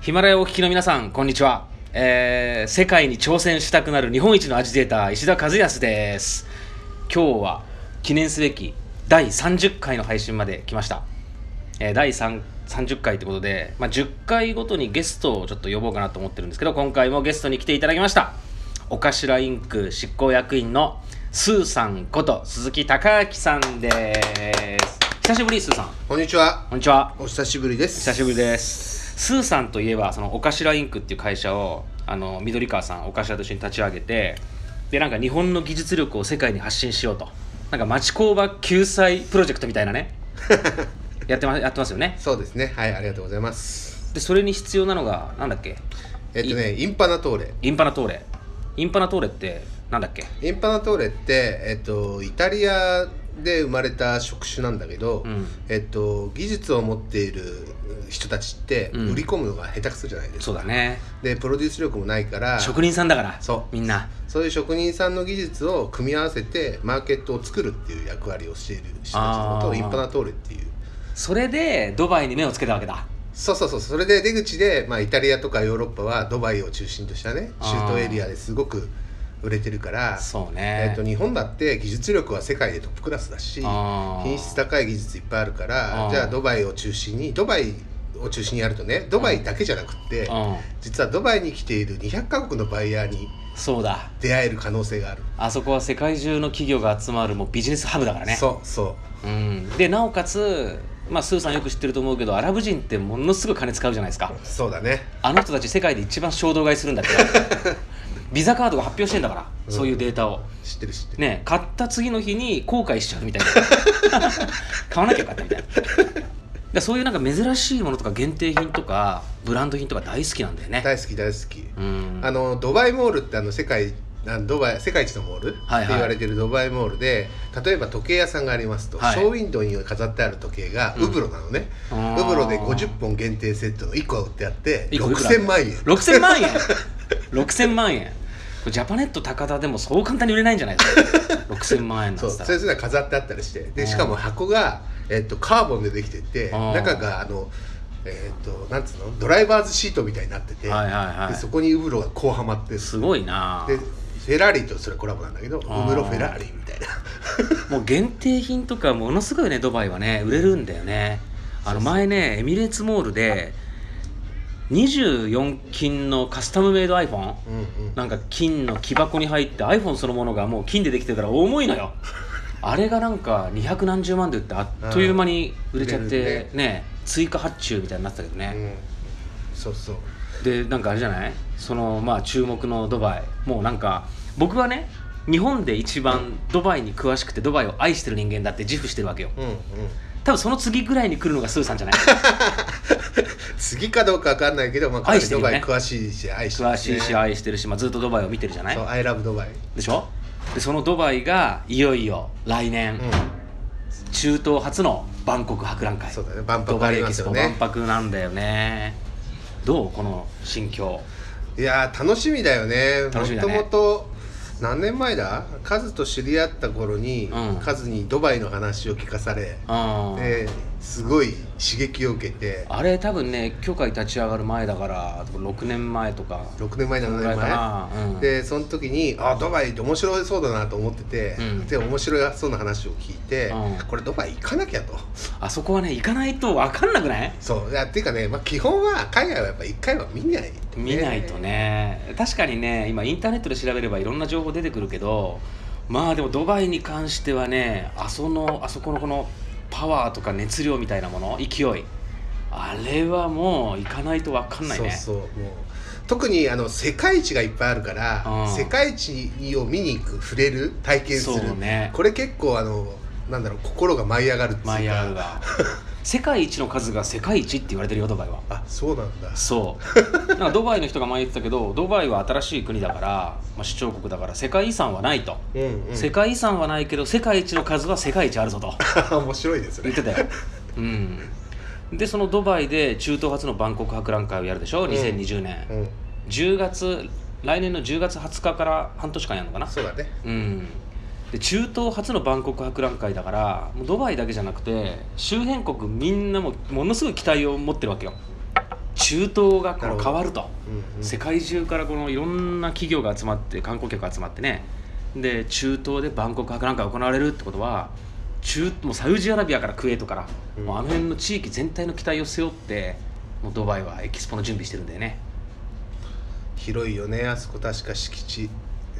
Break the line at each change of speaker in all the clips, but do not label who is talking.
ヒマラヤをお聞きの皆さん、こんにちは。えー世界に挑戦したくなる日本一のアジテーター、石田和康です。今日は記念すべき第30回の配信まで来ました。えー第3 30回ということで、まあ、10回ごとにゲストをちょっと呼ぼうかなと思ってるんですけど、今回もゲストに来ていただきました。岡白インク執行役員のスーさんこと鈴木隆明さんです。久しぶり、スーさん。
こんにちは。
こんにちは。
お久しぶりです。
久しぶりですスーさんといえばそのおかしらインクっていう会社をあの緑川さんおかしらと一緒に立ち上げてでなんか日本の技術力を世界に発信しようとなんか町工場救済プロジェクトみたいな ねやってまやってますよね
そうですね。はい、ありがとうございます。
でそれに必要なのがなんだっけ
えっとね、インパナトーレ。
インパナトーレインパナトーレってなんだっけ
インパナトーレって、えっと、イタリアで生まれた職種なんだけど、
うん
えっと、技術を持っている人たちって、
うん
売り込むのが下手くそじゃないですか。
そうだね
で、プロデュース力もないから、
職人さんだから
そう
みんな
そういう職人さんの技術を組み合わせて、マーケットを作るっていう役割をしている人たちのこと
あ
を
ー
インパナトーレっていう。
それでドバイに目をつけたわけだ
そうそうそうそれで出口で、まあ、イタリアとかヨーロッパはドバイを中心としたね
あー
中東エリアですごく売れてるから、
そう
え
ね
ー、と日本だって技術力は世界でトップクラスだし
あー
品質高い技術いっぱいあるか
あ
ら
ー
じゃあドバイを中心にドバイを中心にやるとねドバイだけじゃなくって
うん
実はドバイに来ている200カ国のバイヤーに
そうだ
出会える可能性がある、
あそこは世界中の企業が集まるもうビジネスハブだからね、
そうそう
ん、でなおかつ、まあ、スーさんよく知ってると思うけどアラブ人ってものすごい金使うじゃないですか
うそうだね
あの人たち世界で一番衝動買いするんだって ビザカードが発表してんだから、
うん
そういうデータを
知ってる知ってる、
ね買った次の日に後悔しちゃうみたいな 買わなきゃよかったみたいなでそういうなんか珍しいものとか限定品とかブランド品とか大好きなんだよね
大好き大好き、
うん
あのドバイモールってあの世界あのドバイ世界一のモールって
はいはい
言われてるドバイモールで、例えば時計屋さんがありますと、
はい
ショーウィンドウに飾ってある時計がウブロなのね、
あ
ウ
ー
ブロで50本限定セットの1個が売ってあって
いくら
6000万円
6000万円6000万円これジャパネット高田でもそう簡単に売れないんじゃないです か6000万円なん
そう
つった
そ
ら
れぞれ飾ってあったりして
う
で
ん
しかも箱が、えっとカーボンでできてて
うん
中があのえっ、となんつうのドライバーズシートみたいになってて、
はいはいは
で
い
そこにウブロがこうはまって
すごいな
でフェラーリとそれコラボなんだけどウ
あー
ブロフェラーリみ たいな
もう限定品とかものすごいねドバイはね売れるんだよねあの前ねエミレーツモールで24金のカスタムメイド iPhone
うんうん
なんか金の木箱に入って iPhone そのものがもう金でできてるから重いのよあれがなんか二百何十万で売ってあっという間に売れちゃっ
うん売れ
て
る
ね追加発注みたいになってたけどね、
うん、そうそう
でなんかあれじゃないそのまあ注目のドバイもうなんか僕はね日本で一番ドバイに詳しくてドバイを愛してる人間だって自負してるわけよ
うんうん
多分その次ぐらいに来るのがスーさんじゃない
次かどうかわかんないけど、まあ、かな
愛
り
してる
ド
よ
バ
ね
イ詳しいし愛して
詳しいし
ね
愛してるし、まあ、ずっとドバイを見てるじゃない
そう「I love ドバイ」
でしょでそのドバイがいよいよ来年、
うん
中東初のバンコク博覧会
そうだね万
ド
博
バ
あ
イ
り
エ
ま
キ
す
ス
よ
ポ万
ね
博なんだよねどうこの心境
いやー楽しみだよね
楽しみだね
もともと何年前だカズと知り合った頃に、
うん
カズにドバイの話を聞かされ、
うん
ですごい刺激を受けて
あれ多分ね協会立ち上がる前だから6年前とか
6年前7
そのぐらい
年前
かなうん
でその時にあドバイって面白そうだなと思ってて、
うん
で面白そうな話を聞いて、
うん
これドバイ行かなきゃと
あそこはね行かないと分かんなくない
そういやっていうかね、まあ、基本は海外はやっぱ1回は見ないと
見
ね、
ないとね確かにね今インターネットで調べればいろんな情報出てくるけどまあでもドバイに関してはねあそのあそこのこのパワーとか熱量みたいなもの勢いあれはもう行かないと分かんないね
そうそうもう特にあの世界一がいっぱいあるから、
うん
世界一を見に行く触れる体験す
そう
る、
ね
これ結構あのなんだろう心が舞い上がるっていうか
マイヤーが世界一の数が世界一って言われてるよドバイは
あそうなんだ
そうなんかドバイの人が前言ってたけどドバイは新しい国だから、まあ、主張国だから世界遺産はないと、
うんうん
世界遺産はないけど世界一の数は世界一あるぞと
面白いです
言
ね
ってた よ、うん、でそのドバイで中東初のバンコク博覧会をやるでしょ2020年、
うん
10月来年の10月20日から半年間やるのかな
そうだね
うんで中東初のバンコク博覧会だからもうドバイだけじゃなくて周辺国みんなもものすごい期待を持ってるわけよ中東がこの
なるほど
変わると
うんうん
世界中からこのいろんな企業が集まって観光客が集まってねで中東で万国博なんか行われるってことは中もうサウジアラビアからクウェートから、
うん
もうあの辺の地域全体の期待を背負ってもうドバイはエキスポの準備してるんだよね
広いよねあそこ確か敷地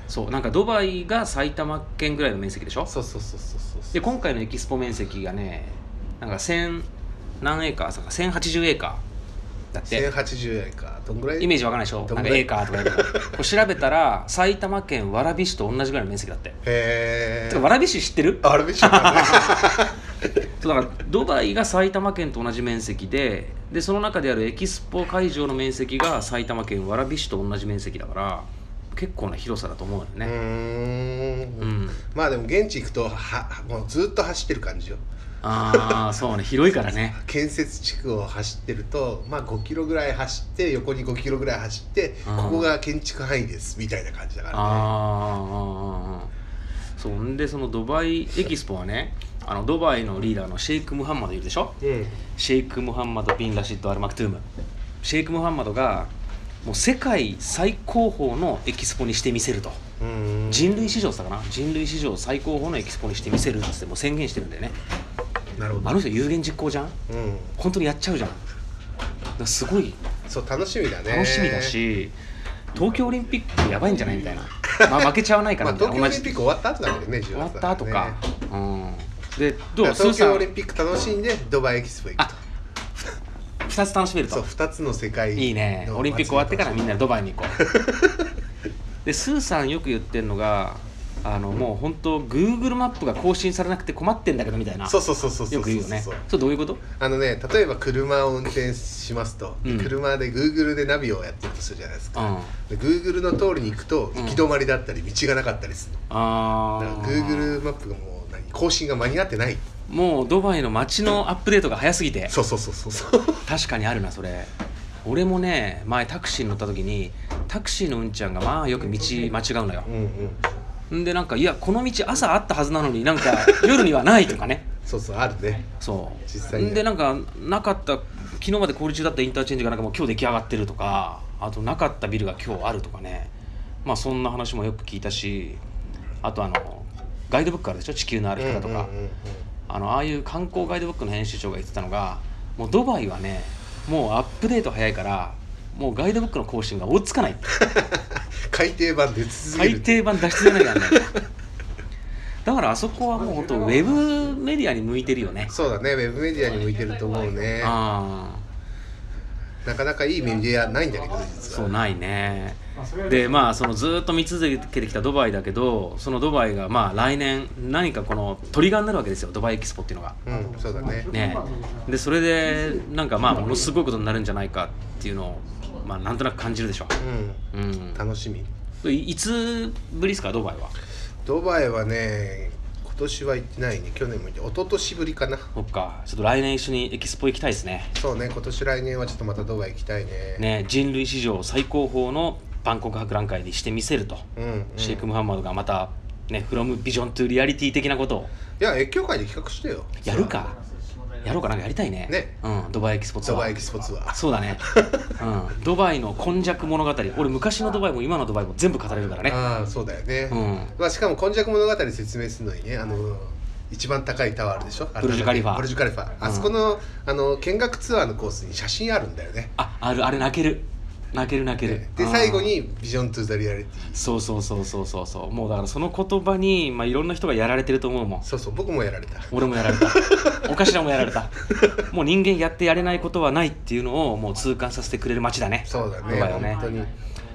そうなんかドバイが埼玉県ぐらいの面積でしょ
そうそうそうそうそう
で今回のエキスポ面積がねなんか1000何エーカーさ1080エーカーだって
1080円かどんぐらい
イメージわかんないでしょ
ど
なんんか
ぐ
らエ
い
ーカーとか言うからこう調べたら埼玉県蕨市と同じぐらいの面積だって
へ
てか
え
蕨市知ってる
あれでしょうか
そうだからドバイが埼玉県と同じ面積ででその中であるエキスポ会場の面積が埼玉県蕨市と同じ面積だから結構な広さだと思うよ
ねう
ね
ーん
うん、
まあでも現地行くとはもうずっと走ってる感じよ
ああそうね広いからね
建設地区を走ってるとまあ5キロぐらい走って横に5キロぐらい走って
うん
ここが建築範囲ですみたいな感じだからね
ああそうんでそのドバイエキスポはねあのドバイのリーダーのシェイク・ムハンマドいるでしょ
うん
シェイク・ムハンマド・ビン・ラシッド・アル・マクトゥームシェイク・ムハンマドがもう世界最高峰のエキスポにしてみせると
うーん
人類史上さかな人類史上最高峰のエキスポにしてみせるっつってもう宣言してるんだよね
なるほど
あの人有言実行じゃん
うん
本当にやっちゃうじゃんだからすごい
そう楽しみだね
楽しみだし、東京オリンピックやばいんじゃないみたいな、まあ、負けちゃわないか
ま
なみ
あ
たいな、同
東京オ
じ
リンピック終わった後だもんね
終
終
わった後か、うんでどう
東
スー
京
さ
オ
ん
リンピック楽しんでドバイエキスポ行くと
2つ楽しめる
そう
と
2つの世界
いいね
の
オリンピック終わってから
祭
み
り
んなでドバイに行こう でスーさんよく言ってるのがあのもう本当 Google マップが更新されなくて困ってんだけどみたいな
そうそうそうそうそう
よく言うよね
そうそ
そ
うそう
れどういうこと
あのね例えば車を運転しますと、
うん
車で Google でナビをやってるとするじゃないです
う
か、
ん
で Google の通りに行くと
うん
行き止まりだったり道がなかったりする
あ
だから
ー
Google マップがもう何更新が間に合ってない
もうドバイの街のアップデートが早すぎて
そうそうそうそうそう
確かにあるなそれ俺もね前タクシーに乗った時にタクシーのうんちゃんがまあよく道間違うのよ
うんうん
んでなんかいやこの道朝あったはずなのになんか夜にはないとか ね
そうそうあるね
そう
実際に
でなんかなかった昨日まで工事中だったインターチェンジがなんかもう今日出来上がってるとかあとなかったビルが今日あるとかねまあそんな話もよく聞いたしあとあのガイドブックあるでしょ地球の歩き方とか、
うんうんうんうん
あのああいう観光ガイドブックの編集長が言ってたのがもうドバイはねもうアップデート早いからもうガイドブックの更新が追いつかない
改訂版出続け
改
る
訂版脱出じゃないからねだからあそこはもう本当ウェブメディアに向いてるよね
そうだねウェブメディアに向いてると思うね
ああ
なかなかいいメディアないんだけど実
そ
は
うないねでまあそのずっと見続けてきたドバイだけどそのドバイがまあ来年何かこのトリガーになるわけですよドバイエキスポっていうのが
うんそうだね
ねでそれでなんかまあものすごいことになるんじゃないかっていうのをまあなんとなく感じるでしょ
う
うん
ん楽しみ
いいつぶりですかドバイは
ドバイはね今年は行ってないね去年も行って一昨年ぶりかな
そっかちょっと来年一緒にエキスポ行きたいですね
そうね今年来年はちょっとまたドバイ行きたいね
ね人類史上最高峰の万国博覧会にしてみせると、
うん、うん、
シェイク・
い
ムハンマドがまたね「フロムビジョン・トゥ・リアリティ」的なことを
や越境会で企画してよ
やるかやろうかなんかやりたいね
ね
うん、ドバイエキスポツア
ド
ー
バイエキスポツアー
そうだ ね、うん、ドバイの今昔物語俺昔のドバイも今のドバイも全部語れるからね
ああそうだよね、
うん
まあ、しかも「こんじゃく物語」説明するのにねあの一番高いタワーあるでしょ
ブルジュカリファ
ブルジュカリファあそこの,、あの見学ツアーのコースに写真あるんだよね
ああるあれ泣ける泣ける泣ける、
ねで
うん
最後に「ビジョン・トゥ・ザ・リアリティ
そうそうそうそうそうそうもうだからその言葉に、まあ、いろんな人がやられてると思うもん」
そうそう僕もやられた
俺もやられたお頭もやられたもう人間やってやれないことはないっていうのをもう痛感させてくれる街だね
そうだ
ド
ね
バイはね
本当に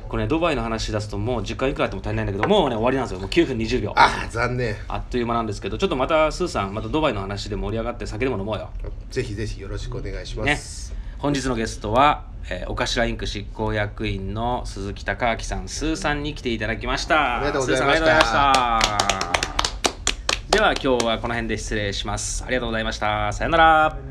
これねドバイの話し出すともう時間いくらあっても足りないんだけどもうね終わりなんですよもう9分20秒
ああ残念
あっという間なんですけどちょっとまたスーさんまたドバイの話で盛り上がって酒でも飲もうよ
ぜひぜひよろしくお願いします、
本日のゲストは、えー、お頭インク執行役員の鈴木孝明さんスーさんに来ていただきました
ありがとうございまし
スー
た
さんありがとうございましたでは今日はこの辺で失礼しますありがとうございましたさよなら